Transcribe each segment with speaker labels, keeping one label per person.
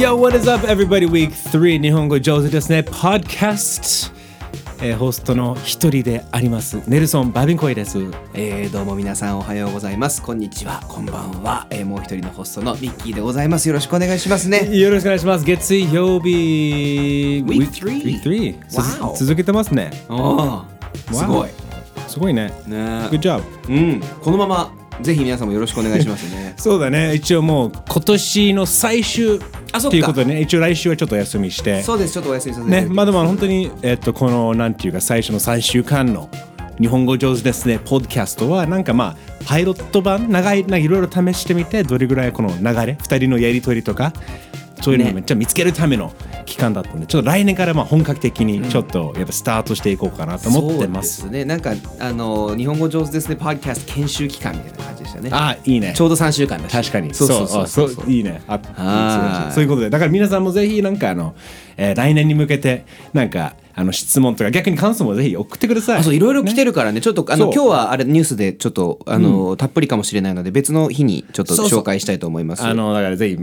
Speaker 1: Yo, what is up, everybody? Week 3日本語上手ですね。ポッドキャスト。えー、ホストの一人であります。ネルソン・バビンコイです。
Speaker 2: えー、どうも皆さんおはようございます。こんにちは、こんばんは。えー、もう一人のホストのミッキーでございます。よろしくお願いしますね。
Speaker 1: よろしくお願いします。月曜日。
Speaker 2: Week three
Speaker 1: Week three つ
Speaker 2: Wow
Speaker 1: 続けてますね。
Speaker 2: おお、すごい。
Speaker 1: すごいね。
Speaker 2: ね
Speaker 1: Good job.。
Speaker 2: うん、このままぜひ皆さんもよろしくお願いしますね
Speaker 1: そうだね。一応もう今年の最終
Speaker 2: あそ
Speaker 1: っ
Speaker 2: っか
Speaker 1: ていうことでね、一応来週はちょっとお休みして。
Speaker 2: そうです、ちょっとお休みさせていただ
Speaker 1: ね、
Speaker 2: き
Speaker 1: まだまだ本当に、えっと、この、なんていうか、最初の3週間の日本語上手ですね、ポッドキャストは、なんかまあ、パイロット版、長い、なんかいろいろ試してみて、どれぐらいこの流れ、2人のやりとりとか、そういうのを
Speaker 2: ね
Speaker 1: めっちゃ見つけるための期間だったんで、ちょっと来年からまあ本格的に、ちょっとやっぱスタートしていこうかなと思ってます。
Speaker 2: そうですね、なんか、あの、日本語上手ですね、パーキャスト研修期間みたいな感じでしたね。
Speaker 1: あいいね
Speaker 2: ち。ょうど3週間だし。
Speaker 1: 確かに。
Speaker 2: そうそうそうそう
Speaker 1: あいいね。あ
Speaker 2: はい
Speaker 1: そういうことで、だから皆さんもぜひ、なんかあの、えー来年に向けて、なんか、あの質問とか逆に感想もぜひ送ってください。
Speaker 2: あそういろいろ来てるからねちょっとあ
Speaker 1: そ
Speaker 2: の
Speaker 1: う
Speaker 2: 今日はあれニュースでちょっとあの、たっぷりかもしれないので別の日にちょっと
Speaker 1: そうそう
Speaker 2: 紹介したいと思います
Speaker 1: あのだからぜひ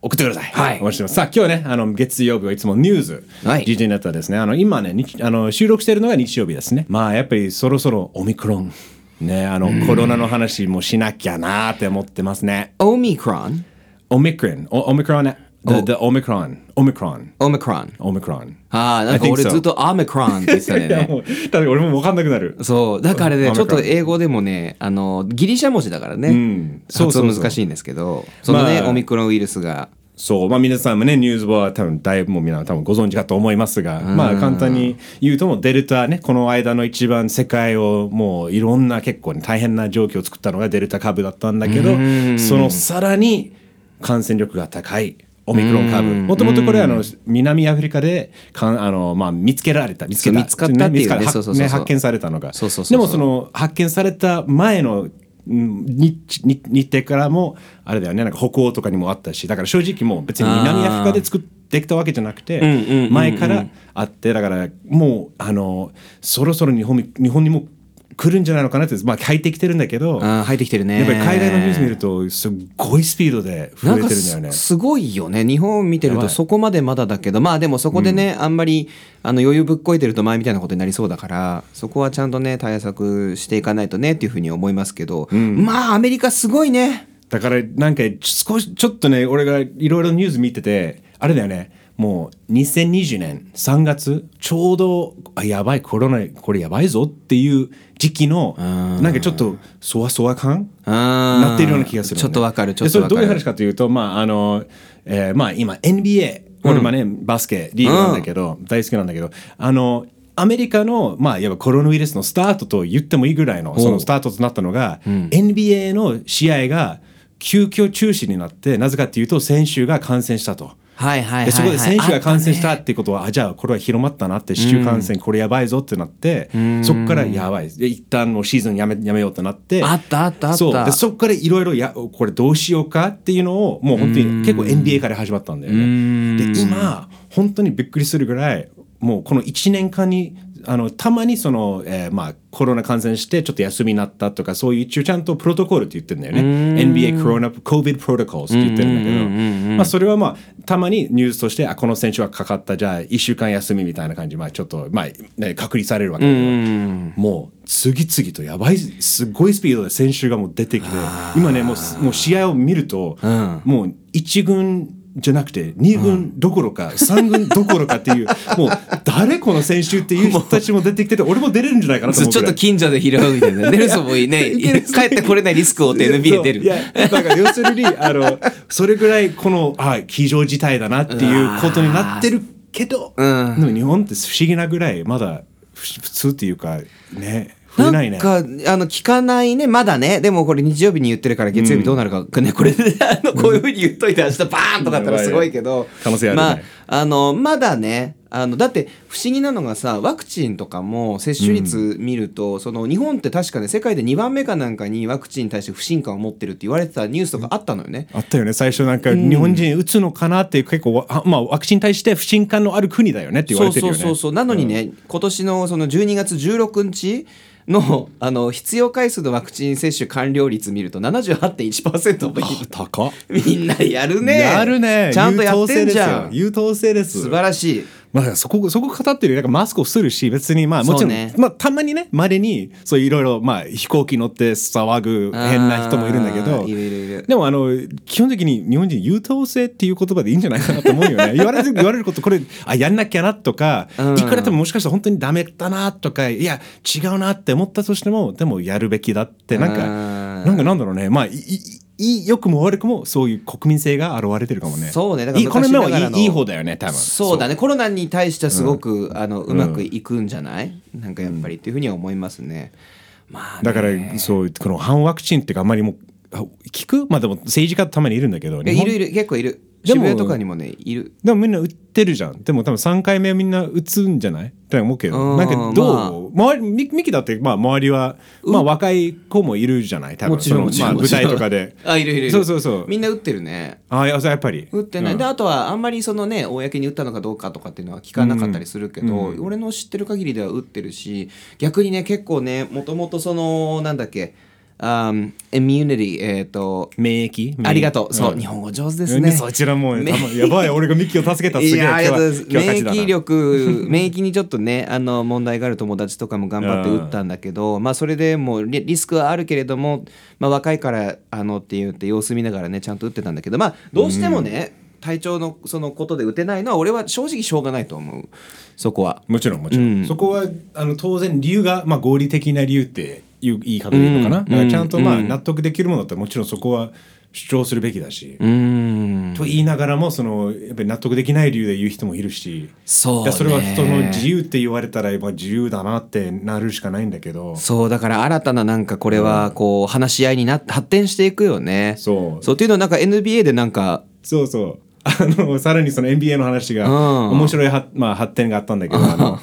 Speaker 1: 送ってください。
Speaker 2: はい
Speaker 1: お待ちしてます。さあ今日ねあの月曜日はいつもニュース、
Speaker 2: はい
Speaker 1: 時事になったらですね。あの今ね日あの収録してるのが日曜日ですね。まあやっぱりそろそろオミクロンねあのコロナの話もしなきゃなーって思ってますね。
Speaker 2: オミクロン
Speaker 1: オミクロンオオミクロン the the オミクロンオミクロン
Speaker 2: オミクロン
Speaker 1: オミクロン。
Speaker 2: ああ、なんか
Speaker 1: I think
Speaker 2: 俺
Speaker 1: so
Speaker 2: ずっとアーメクロンって言ってたん だ
Speaker 1: いや
Speaker 2: よね。
Speaker 1: もうだから俺もわかんなくなる。
Speaker 2: そう。だから
Speaker 1: アメ
Speaker 2: ね、ち
Speaker 1: クロ
Speaker 2: ょ
Speaker 1: ン
Speaker 2: っと英語でもね、あの、ギリシャ文字だからね、
Speaker 1: そうそうそう
Speaker 2: 発音難しいんですけど、そのね、
Speaker 1: まあ
Speaker 2: オミクロンウイルスが。
Speaker 1: そう、まあ、皆さんもね、ニュースは多分、だいぶもう皆多分ご存知かと思いますが、まあ、簡単に言うともう、デルタね、この間の一番世界をもういろんな結構、ね、大変な状況を作ったのがデルタ株だったんだけど、そのさらに感染力が高い。オミクロン株もともとこれあの南アフリカでかんあの、まあ、見つけられた見つけた
Speaker 2: 見つかったって
Speaker 1: 見
Speaker 2: いうね
Speaker 1: つかは
Speaker 2: そうそうそうそう
Speaker 1: 発見されたのが
Speaker 2: そうそうそうそ
Speaker 1: で
Speaker 2: う
Speaker 1: もその発見された前のうん日日日程からもあれだよねなんか北欧とかにもあったしだから正直もう別に南アフリカで作ってきたわけじゃなくて前からあってだからもうあのそろそろ日本に日本にも来るんじゃないのかなってまあ入ってきてるんだけど
Speaker 2: あー入ってきてるね。
Speaker 1: やっぱり海外のニュース見るとすっごいスピードで増えてるんだよ
Speaker 2: なん
Speaker 1: ね
Speaker 2: か。すすごいよね。日本見てる
Speaker 1: やば
Speaker 2: と
Speaker 1: い
Speaker 2: そこまでまだだけど、まあでもそこでね、あんまりあの余裕ぶっこいてると前みたいなことになりそうだから、そこはちゃんとね、対策していかないとねっていうふうに思いますけど、まあアメリカすごいね。
Speaker 1: だからなんか少しちょっとね俺がいろいろニュース見ててあれだよねもう2020年3月ちょうどあやばいコロナこれやばいぞっていう時期のなんかちょっとそわそわ感な
Speaker 2: な
Speaker 1: っているような気がする、ね、
Speaker 2: ちょっとわかる、ちょっ
Speaker 1: でそ
Speaker 2: と
Speaker 1: れどう
Speaker 2: わか
Speaker 1: いう
Speaker 2: る。
Speaker 1: 話かというと、まああのえーまあ、今 NBA 俺もね、バスケリーグなんだけど、大好きなんだけどあのアメリカの、まあ、いわばコロナウイルスのスタートと言ってもいいぐらいのそのスタートとなったのが、NBA の試合が急遽中止になってなぜかというと選手が感染したと。
Speaker 2: はいはいはい、はい。
Speaker 1: でそこで選手が感染したってことは、あじゃあこれは広まったなって市中感染これやばいぞってなって、そこからやばいで一旦もうシーズンやめやめようってなって
Speaker 2: あったあったあった
Speaker 1: そうでそこからいろいろやこれどうしようかっていうのをもう本当に結構 NBA から始まったんだよね。で今本当にびっくりするぐらいもうこの1年間にあのたまにその、えーまあ、コロナ感染してちょっと休みになったとかそういう一応ちゃんとプロトコルって言ってるんだよね NBA コロナ COVID プロトコルって言ってるんだけど、まあ、それはまあたまにニュースとしてあこの選手はかかったじゃあ1週間休みみたいな感じ、まあ、ちょっと、まあね、隔離されるわけだけど、もう次々とやばいすごいスピードで選手がもう出てきて今ねもうすもう試合を見ると、もう1軍じゃなくて2軍どころか3軍どころかって いうもう誰この選手っていう人たちも出てきてて俺も出れるんじゃないかなと
Speaker 2: ちょ
Speaker 1: 思うぐ
Speaker 2: っ
Speaker 1: らい
Speaker 2: と近所で拾うみたいな。ネルソンもい いね。帰ってこれないリスクを負って NBA 出る。
Speaker 1: いやだから要するにあ のそれぐらいこのあ非常事態だなっていうことになってるけど、でも日本って不思議なぐらいまだふし普通っていうかね増えないね。
Speaker 2: んか、あの、聞かないね、まだね。でもこれ日曜日に言ってるから 月曜日どうなるか、ね、これで、あの、こういうふうに言っといて明日バーンとかだったらすごいけど。
Speaker 1: 可能性あるね
Speaker 2: まあ、あのまだねあのだって不思議なのがさワクチンとかも接種率見ると、その日本って確かね世界で2番目かなんかにワクチンに対して不信感を持ってるって言われてたニュースとかあったのよね。
Speaker 1: あったよね最初なんか日本人打つのかなって結構わあまあワクチンに対して不信感のある国だよねって言われてるよね。
Speaker 2: そうそうそうそうなのにね、今年のその12月16日の あの必要回数のワクチン接種完了率見ると78.1%もい
Speaker 1: あ
Speaker 2: る
Speaker 1: 高っ。
Speaker 2: みんなやるね
Speaker 1: やるね。
Speaker 2: ちゃんとやってんじゃん
Speaker 1: 優等生ですよ。
Speaker 2: 素
Speaker 1: 優等生です
Speaker 2: 晴らしい
Speaker 1: まあそこそこ語ってるよりなんかマスクをするし別にまあもちろん、
Speaker 2: そうね
Speaker 1: まあたまにねまれにそういろいろまあ飛行機乗って騒ぐ変な人もいるんだけ
Speaker 2: あ
Speaker 1: ど
Speaker 2: ーい。るいるいる
Speaker 1: でもあの基本的に日本人優等生っていう言葉でいいんじゃないかなと思うよね 言われる言われることこれあやんなきゃなとか、
Speaker 2: うん
Speaker 1: いくらでももしかしたら本当にダメだなとかいや違うなって思ったとしてもでもやるべきだってなんか
Speaker 2: あー
Speaker 1: なんかなんだろうねまあいいいい良くも悪くもそういう国民性が現れてるかもね
Speaker 2: そうねだから
Speaker 1: いいこの面
Speaker 2: 昔ながら
Speaker 1: は
Speaker 2: の
Speaker 1: いいいい方だよね多分
Speaker 2: そうだねコロナに対してはすごく、あのうまくいくんじゃない、なんかやっぱりっていうふうには思いますね。まあね
Speaker 1: だからそうこの反ワクチンっていうかあんまりもうあ聞くまあでも政治家たまにいるんだけど
Speaker 2: いや
Speaker 1: 日
Speaker 2: い
Speaker 1: 本
Speaker 2: るいる結構いる
Speaker 1: でも
Speaker 2: 渋谷とかにもねいる
Speaker 1: でもみんな打ってるじゃんでも多分3回目はみんな打つんじゃないって思うけ
Speaker 2: う
Speaker 1: ど
Speaker 2: ん
Speaker 1: なんかどう、周りミミキだってまあ周りは、まあ、若い子もいるじゃない多分
Speaker 2: もちろんもち
Speaker 1: そのま
Speaker 2: ろ
Speaker 1: あ
Speaker 2: んも
Speaker 1: 舞
Speaker 2: ちろん
Speaker 1: 台とかで
Speaker 2: あいるいるいる
Speaker 1: そうそうそう
Speaker 2: みんな打ってるね
Speaker 1: ああやっぱり
Speaker 2: 打ってない、
Speaker 1: うん
Speaker 2: であとはあんまりそのね公に打ったのかどうかとかっていうのは聞かなかったりするけど、俺の知ってる限りでは打ってるし逆にね結構ねもともとそのなんだっけあーエミュニティえっ、と
Speaker 1: 免疫
Speaker 2: ありがとう、そう、
Speaker 1: ん
Speaker 2: 日本語上手ですね。
Speaker 1: そちらもう
Speaker 2: ね
Speaker 1: たまやばい俺がミッキーを助けたす
Speaker 2: い
Speaker 1: げえ
Speaker 2: や
Speaker 1: 今
Speaker 2: あ
Speaker 1: 日
Speaker 2: りがとうご
Speaker 1: は
Speaker 2: ざ
Speaker 1: 今
Speaker 2: い
Speaker 1: 日
Speaker 2: ます
Speaker 1: 勝ちだ
Speaker 2: 免
Speaker 1: な
Speaker 2: 疫 力免疫にちょっとねあの問題がある友達とかも頑張って打ったんだけどまあそれでもうリリスクはあるけれども、まあ、若いからあのって言って様子見ながらねちゃんと打ってたんだけどまあどうしてもね、体調のそのことで打てないのは俺は正直しょうがないと思うそこは。
Speaker 1: もちろんもちろん、そこはあの当然理由が、まあ、合理的な理由っていう言い方でいいのかな、
Speaker 2: うん
Speaker 1: だからちゃんと、まあ
Speaker 2: うん
Speaker 1: 納得できるものだったらもちろんそこは主張するべきだし、
Speaker 2: うーん
Speaker 1: と言いながらもそのやっぱり納得できない理由で言う人もいるし
Speaker 2: そうね
Speaker 1: だからそれは人の自由って言われたらまあ自由だなってなるしかないんだけど
Speaker 2: そうだから新たななんかこれはこう話し合いになって発展していくよね。
Speaker 1: そう
Speaker 2: そうっていうのはなんか NBA でなんか
Speaker 1: そうそうあのさらにその NBA の話が
Speaker 2: うん
Speaker 1: 面白いは、まあ、発展があったんだけどあの、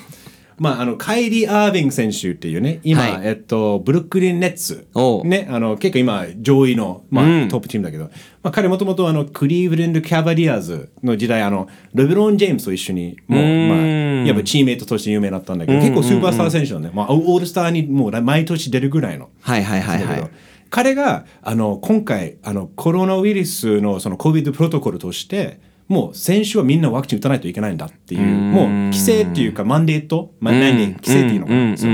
Speaker 1: まあ、あのカイリー・アービング選手っていうね今、
Speaker 2: はい
Speaker 1: えっと、ブルックリン・ネッツ
Speaker 2: お、う
Speaker 1: ね、あの結構今上位の、まあ
Speaker 2: うん
Speaker 1: トップチームだけど、まあ、彼もともとあのクリーブレンド・キャバリアーズの時代あのレブロン・ジェームスと一緒にもう、
Speaker 2: うん
Speaker 1: まあ、やっぱチームメイトとして有名だったんだけど、結構スーパースター選手なんで、まあ、オールスターにもう毎年出るぐらいの。
Speaker 2: はいはいはいは
Speaker 1: だけ
Speaker 2: い
Speaker 1: ど。彼があの今回あのコロナウイルスのその COVID プロトコルとしてもう選手はみんなワクチン打たないといけないんだっていうもう規制っていうかマンデート、まあ、何規制っていうのかな、そう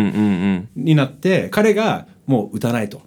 Speaker 1: になって彼がもう打たないと。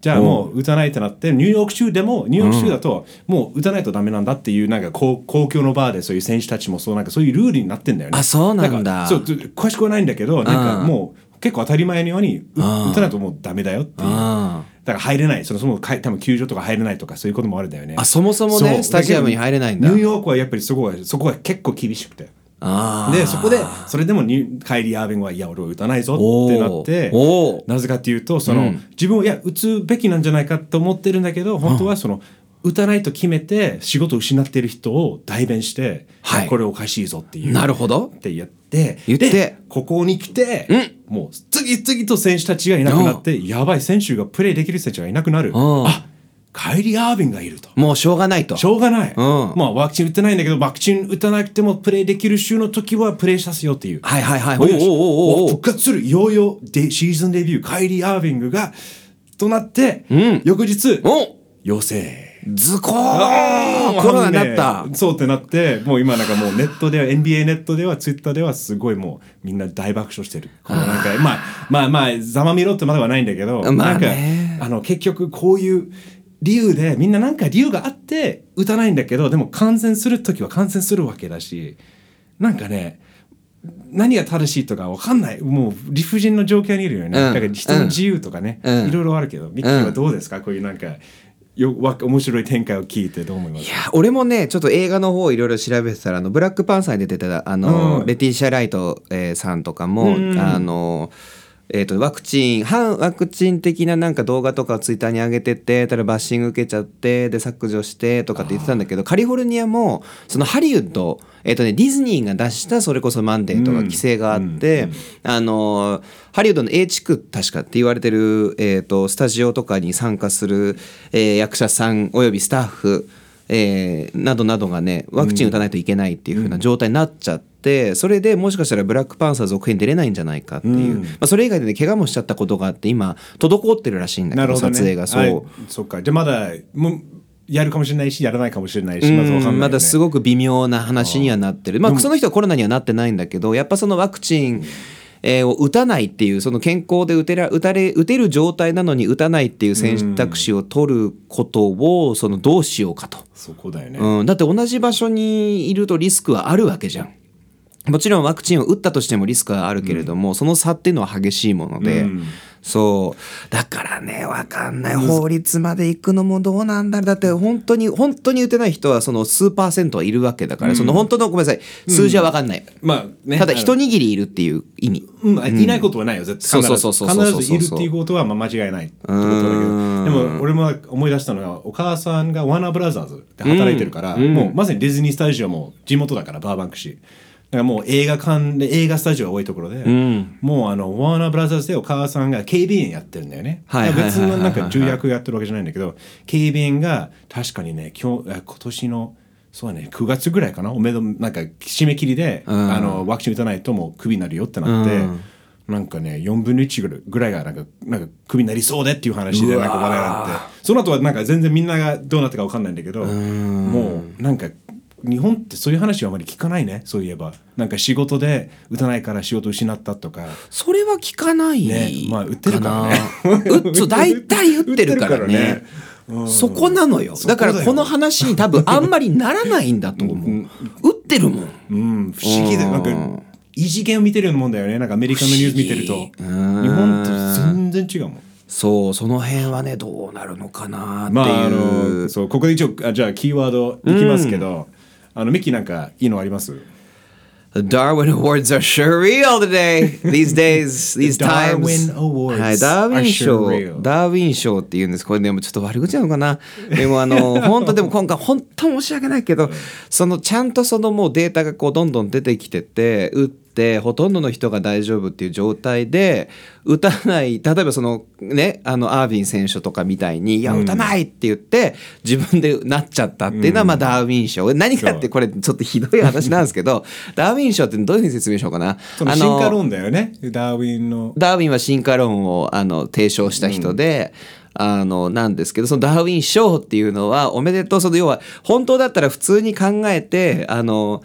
Speaker 1: じゃあもう打たないってなってニューヨーク州でもニューヨーク州だともう打たないとダメなんだっていうなんかこう公共のバーでそういう選手たちもそうなんかそういうルールになってんだよね。
Speaker 2: あそうなんだ
Speaker 1: かそう詳しくはないんだけどなんかもう結構当たり前のようにう打たないともうダメだよっていう。
Speaker 2: あ
Speaker 1: だから入れない、そのそもそもか多分球場とか入れないとかそういうこともあるんだよね。
Speaker 2: あそもそもね
Speaker 1: う
Speaker 2: スタジアムに入れないんだ
Speaker 1: ニューヨークはやっぱりそこはそこは結構厳しくて。
Speaker 2: あ
Speaker 1: で、そこで、それでもニューカイリー・アービングは、いや、俺は打たないぞってなって、
Speaker 2: おーおー
Speaker 1: なぜかっていうと、その、自分を、いや、打つべきなんじゃないかと思ってるんだけど、本当はその、打たないと決めて、仕事を失っている人を代弁して、
Speaker 2: はい
Speaker 1: これおかしいぞっていう。
Speaker 2: なるほど
Speaker 1: って言って
Speaker 2: 言って
Speaker 1: でここに来て、もう次々と選手たちがいなくなってやばい選手がプレーできる選手がいなくなる
Speaker 2: うん
Speaker 1: あカイリー・アービンがいると。
Speaker 2: もうしょうがないと
Speaker 1: しょうがない、
Speaker 2: うん
Speaker 1: まあワクチン打ってないんだけどワクチン打たなくてもプレーできる週の時はプレーさせようっていう
Speaker 2: はいはいはいお
Speaker 1: お
Speaker 2: お
Speaker 1: よし
Speaker 2: おお
Speaker 1: 復活するいよいよでシーズンデビューカイリー・アービングがとなって、
Speaker 2: ん
Speaker 1: 翌日
Speaker 2: おお
Speaker 1: 陽性
Speaker 2: ズコーコロナになった
Speaker 1: ねそうってなってもう今なんかもうネットでは NBA ネットではツイッターではすごいもうみんな大爆笑してるこのなんかまあまあまあざまみろってまではないんだけど、
Speaker 2: ま
Speaker 1: な
Speaker 2: あ
Speaker 1: んか
Speaker 2: ね
Speaker 1: あの結局こういう理由でみんななんか理由があって打たないんだけどでも感染する時は感染するわけだしなんかね何が正しいとかわかんないもう理不尽の状況にいるよね、
Speaker 2: うん
Speaker 1: だから人の自由とかね、
Speaker 2: うん
Speaker 1: いろいろあるけどミッキーはどうですか、こういうなんかよわ面白い展開を聞いてどう思いま
Speaker 2: い
Speaker 1: すか
Speaker 2: や俺もねちょっと映画の方をいろいろ調べてたらあのブラックパンサーに出てたあの、
Speaker 1: うん
Speaker 2: レティシャ・ライト、えーさんとかも、
Speaker 1: うん
Speaker 2: あのえー、とワクチン反ワクチン的ななんか動画とかをツイッターに上げててただバッシング受けちゃってで削除してとかって言ってたんだけどカリフォルニアもそのハリウッド、えーとね、ディズニーが出したそれこそマンデーとか規制があって、あのーハリウッドの A 地区確かって言われてる、えー、とスタジオとかに参加する、えー役者さんおよびスタッフえーなどなどがねワクチン打たないといけないっていう風な状態になっちゃって、それでもしかしたらブラックパンサー続編出れないんじゃないかっていう、まあ、それ以外でね怪我もしちゃったことがあって今滞ってるらしいんだけど
Speaker 1: なるほど、ね、
Speaker 2: 撮影がそう。
Speaker 1: はいそっかじゃあまだもうやるかもしれないしやらないかもしれないしまずわかんないよね、
Speaker 2: まだすごく微妙な話にはなってる、まあ、その人はコロナにはなってないんだけどやっぱそのワクチンえーを打たないっていうその健康で打てら打たれ打てる状態なのに打たないっていう選択肢を取ることをそのどうしようかと、
Speaker 1: そこだよね、
Speaker 2: うん、だって同じ場所にいるとリスクはあるわけじゃん。もちろんワクチンを打ったとしてもリスクはあるけれども、その差っていうのは激しいもので、そうだからねわかんない法律まで行くのもどうなんだろうだって本当に本当に打てない人はその数パーセントはいるわけだから、その本当のごめんなさい数字はわかんない、
Speaker 1: まあね
Speaker 2: ただ一握りいるっていう意味。
Speaker 1: うん、いないことはないよ絶
Speaker 2: そう
Speaker 1: 対
Speaker 2: そう
Speaker 1: 必
Speaker 2: そう
Speaker 1: ず
Speaker 2: そうそうそう
Speaker 1: 必ずいるっていうことはまあ間違いないってことだけどでも俺も思い出したのはお母さんがワーナーブラザーズで働いてるから、もうまさにディズニースタジオも地元だからバーバンク市だからもう映画館で映画スタジオが多いところで、もうあのワーナーブラザーズでお母さんが警備員やってるんだよね、
Speaker 2: はいはいはいはいはい
Speaker 1: 別のなんか重役やってるわけじゃないんだけど警備員が確かにね今日あ今年のそうだね9月ぐらいかなおめどなんか締め切りで、あのワクチン打たないともうクビになるよってなって、なんかね4分の1ぐらいぐらいがなんかなんかクビになりそうでっていう話でなんか話題になってその後はなんか全然みんながどうなったかわかんないんだけどもうなんか日本ってそういう話はあまり聞かないねそういえばなんか仕事で打たないから仕事失ったとか。
Speaker 2: それは聞かないかな。
Speaker 1: ねまあ打ってるからね
Speaker 2: うっそう大体打ってるからね。そこなのよ。だから
Speaker 1: そこだよ
Speaker 2: この話に多分あんまりならないんだと思う。打ってるもん。
Speaker 1: うん、不思議で、なんか、異次元を見てるようなもんだよね。なんかアメリカのニュース見てると。日
Speaker 2: 不思議
Speaker 1: 本と全然違うもん。
Speaker 2: そうその辺はねどうなるのかなって
Speaker 1: まあ、あ
Speaker 2: いう。
Speaker 1: の、そう、ここで一応、あじゃあ、キーワードいきますけど、あの、ミキなんかいいのあります
Speaker 2: The Darwin Awards are sure real today. These days, these
Speaker 1: The Darwin
Speaker 2: times.
Speaker 1: Awards
Speaker 2: はい、ダーウィン
Speaker 1: are sure
Speaker 2: 賞。
Speaker 1: real.
Speaker 2: ダーウィン賞って言うんです。これでもちょっと悪口なの かな。でもあの、本当でも今回本当申し訳ないけど、そのちゃんとそのもうデータがこうどんどん出てきてて、打って、ほとんどの人が大丈夫っていう状態で、打たない、例えばそのね、あの、アービン選手とかみたいに、いや、打たないって言って、自分でなっちゃったっていうのは、まあ、ダーウィン賞。何かって、これちょっとひどい話なんですけ ど、ダーウィン賞ってどういうふうに説明しようかな。
Speaker 1: その
Speaker 2: あ
Speaker 1: 進
Speaker 2: の
Speaker 1: 化論だよね。ダーウィンの。
Speaker 2: ダーウィンは進化論をあの提唱した人で、あのなんですけどそのダーウィン賞っていうのはおめでとうその要は本当だったら普通に考えてあの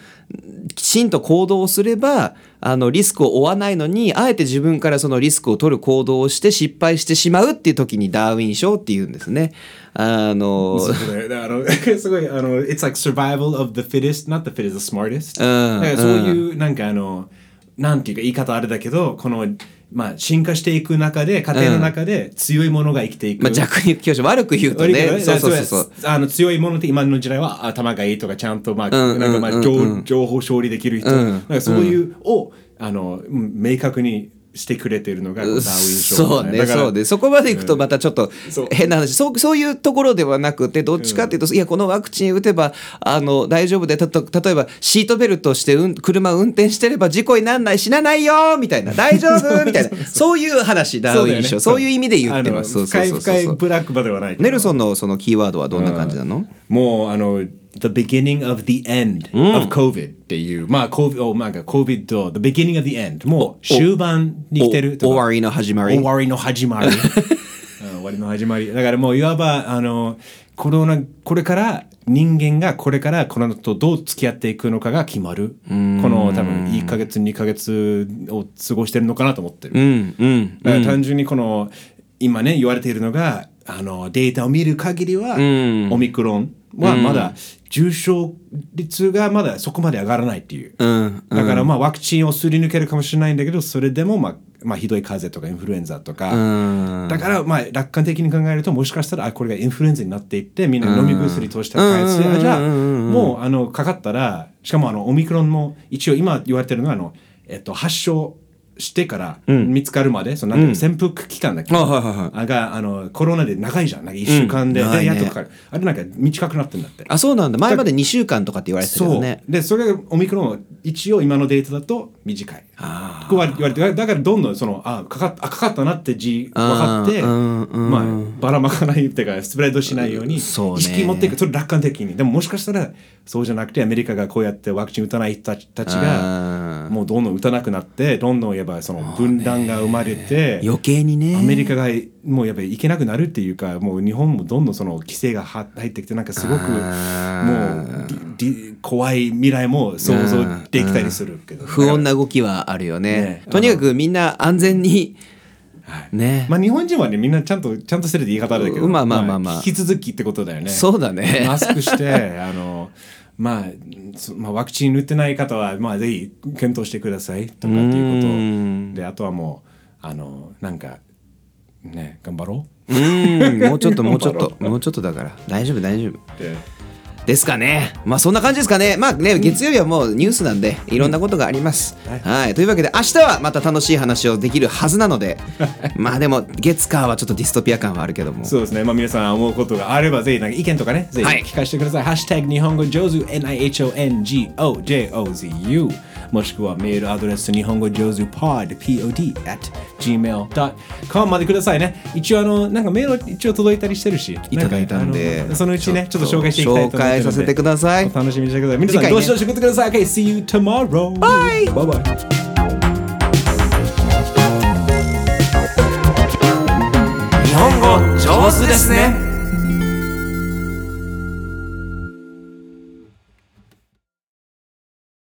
Speaker 2: きちんと行動をすればあのリスクを負わないのにあえて自分からそのリスクを取る行動をして失敗してしまうっていう時にダーウィン賞っていうんですね。あの
Speaker 1: そうだ よねあのすごい、あの、it's like survival of the fittest, not the fittest, the smartest. だからそういう、なんかあの、なんていうか言い方あれだけど、この、まあ、進化していく中で、家庭の中で強いものが生きていく。
Speaker 2: まあ、弱肉強食悪く言うと
Speaker 1: 悪いけど
Speaker 2: ね。そうそうそうそう。
Speaker 1: あの強いものって今の時代は頭がいいとかちゃんとまあ、なんかまあ情情報処理できる人、なんかそういうを、あのうん明確にしてくれているのがダーウィン
Speaker 2: そ
Speaker 1: 賞
Speaker 2: う
Speaker 1: だ
Speaker 2: ね、そうね。そこまで行くとまたちょっと
Speaker 1: そう
Speaker 2: 変な話、そうそういうところではなくて、どっちかっていうと、いや、このワクチン打てばあの大丈夫で、たと例えばシートベルトして、うん、車運転してれば事故にならない、死なないよみたいな、大丈夫みたい な、そういう話、ダーウィン賞、そういう意味で言ってます。
Speaker 1: あ
Speaker 2: そう
Speaker 1: の
Speaker 2: そう
Speaker 1: 深い
Speaker 2: そうそう
Speaker 1: 深いブラックまではないけど。
Speaker 2: ネルソンのそのキーワードはどんな感じなの、
Speaker 1: もうあの The beginning of the end of COVID っていう、まあ COVID おなんか COVID と The beginning of the end もう終盤に来てる
Speaker 2: お終わりの始まり
Speaker 1: 終わりの始 まりうん終わりの始まりだからもういわばあのコロナこれから人間がこれからコロナとどう付き合っていくのかが決まるこの多分1ヶ月2ヶ月を過ごしてるのかなと思ってる。
Speaker 2: うん、うん。
Speaker 1: だから単純にこの今ね言われているのがあのデータを見る限りは、オミクロンはまだ重症率がまだそこまで上がらないっていう、だからまあワクチンをすり抜けるかもしれないんだけどそれでもまあまあひどい風邪とかインフルエンザとか、だからまあ楽観的に考えるともしかしたらあこれがインフルエンザになっていってみんな飲み薬として開発で、あじゃあもうあのかかったらしかもあのオミクロンも一応今言われてるのはあの、えっと、発症してから
Speaker 2: うん
Speaker 1: 見つかるまで、そのなんていうの潜伏期間だっけ、
Speaker 2: あはいはいはい
Speaker 1: あがあのコロナで長いじゃんなんか1週間で,、
Speaker 2: うん
Speaker 1: で
Speaker 2: 長い
Speaker 1: や
Speaker 2: ね
Speaker 1: っとかかるあれなんか短くなってんだって
Speaker 2: あそうなんだ前まで2週間とかって言われてたけ
Speaker 1: そ
Speaker 2: ど
Speaker 1: う、
Speaker 2: ね
Speaker 1: でそれがオミクロンは一応今のデータだと短い
Speaker 2: あ
Speaker 1: こう言われ言われてだからどんどんそのあかかっあかかったなって字分かって
Speaker 2: あーうんうん
Speaker 1: まあ、ばらまかないっていうかスプレッドしないように意
Speaker 2: そうね
Speaker 1: 識持っていくそれ楽観的にでももしかしたらそうじゃなくてアメリカがこうやってワクチン打たない人たちたちが
Speaker 2: あ
Speaker 1: もうどんどん打たなくなってどんどんやっぱその分断が生まれて
Speaker 2: 余計にね
Speaker 1: アメリカがもうやっぱり行けなくなるっていうかもう日本もどんどんその規制がは入ってきてなんかすごくも
Speaker 2: あ
Speaker 1: うりり怖い未来も想像できたりするけど
Speaker 2: 不穏な動きはあるよね
Speaker 1: ね
Speaker 2: とにかくみんな安全に
Speaker 1: はい
Speaker 2: ね、
Speaker 1: まあ日本人はねみんなちゃんとちゃんとしてるって言い方だけど
Speaker 2: うまあまあまあまあ
Speaker 1: 引き続きってことだよね
Speaker 2: そうだね
Speaker 1: マスクして あのまあそまあワクチン打ってない方はまあぜひ検討してくださいとかっていう
Speaker 2: ー
Speaker 1: こ
Speaker 2: ん
Speaker 1: とであとはもうあのなんかね頑張ろ
Speaker 2: うーんもうちょっともうちょっともうちょっとだから大丈夫大丈夫
Speaker 1: うって
Speaker 2: ですかね。まあそんな感じですかね。まあね、月曜日はもうニュースなんで、いろんなことがあります。
Speaker 1: はい
Speaker 2: はい。というわけで、明日はまた楽しい話をできるはずなので、 まあでも、月火はちょっとディストピア感はあるけども。
Speaker 1: そうですねまあ皆さん思うことがあればぜひなんか意見とかねぜひ
Speaker 2: はい
Speaker 1: 聞かせてください「ハッシュタグ日本語上手 NIHONGOJOZU」もしくはメールアドレス日本語上手 pod pod at gmail.com までくださいね一応あのなんかメール一応届いたりしてるし
Speaker 2: いただいたんで
Speaker 1: なかあのそのうちねち
Speaker 2: ち
Speaker 1: ょ
Speaker 2: ょ
Speaker 1: っ
Speaker 2: っ
Speaker 1: と
Speaker 2: と
Speaker 1: 紹介していきたいと思ってるんで
Speaker 2: 紹介させてください
Speaker 1: お楽しみにしてください皆さん、
Speaker 2: 次回ね
Speaker 1: どしどし送ってください OK see you tomorrow
Speaker 2: バイ
Speaker 1: バイバイ
Speaker 2: 日本語上手ですね。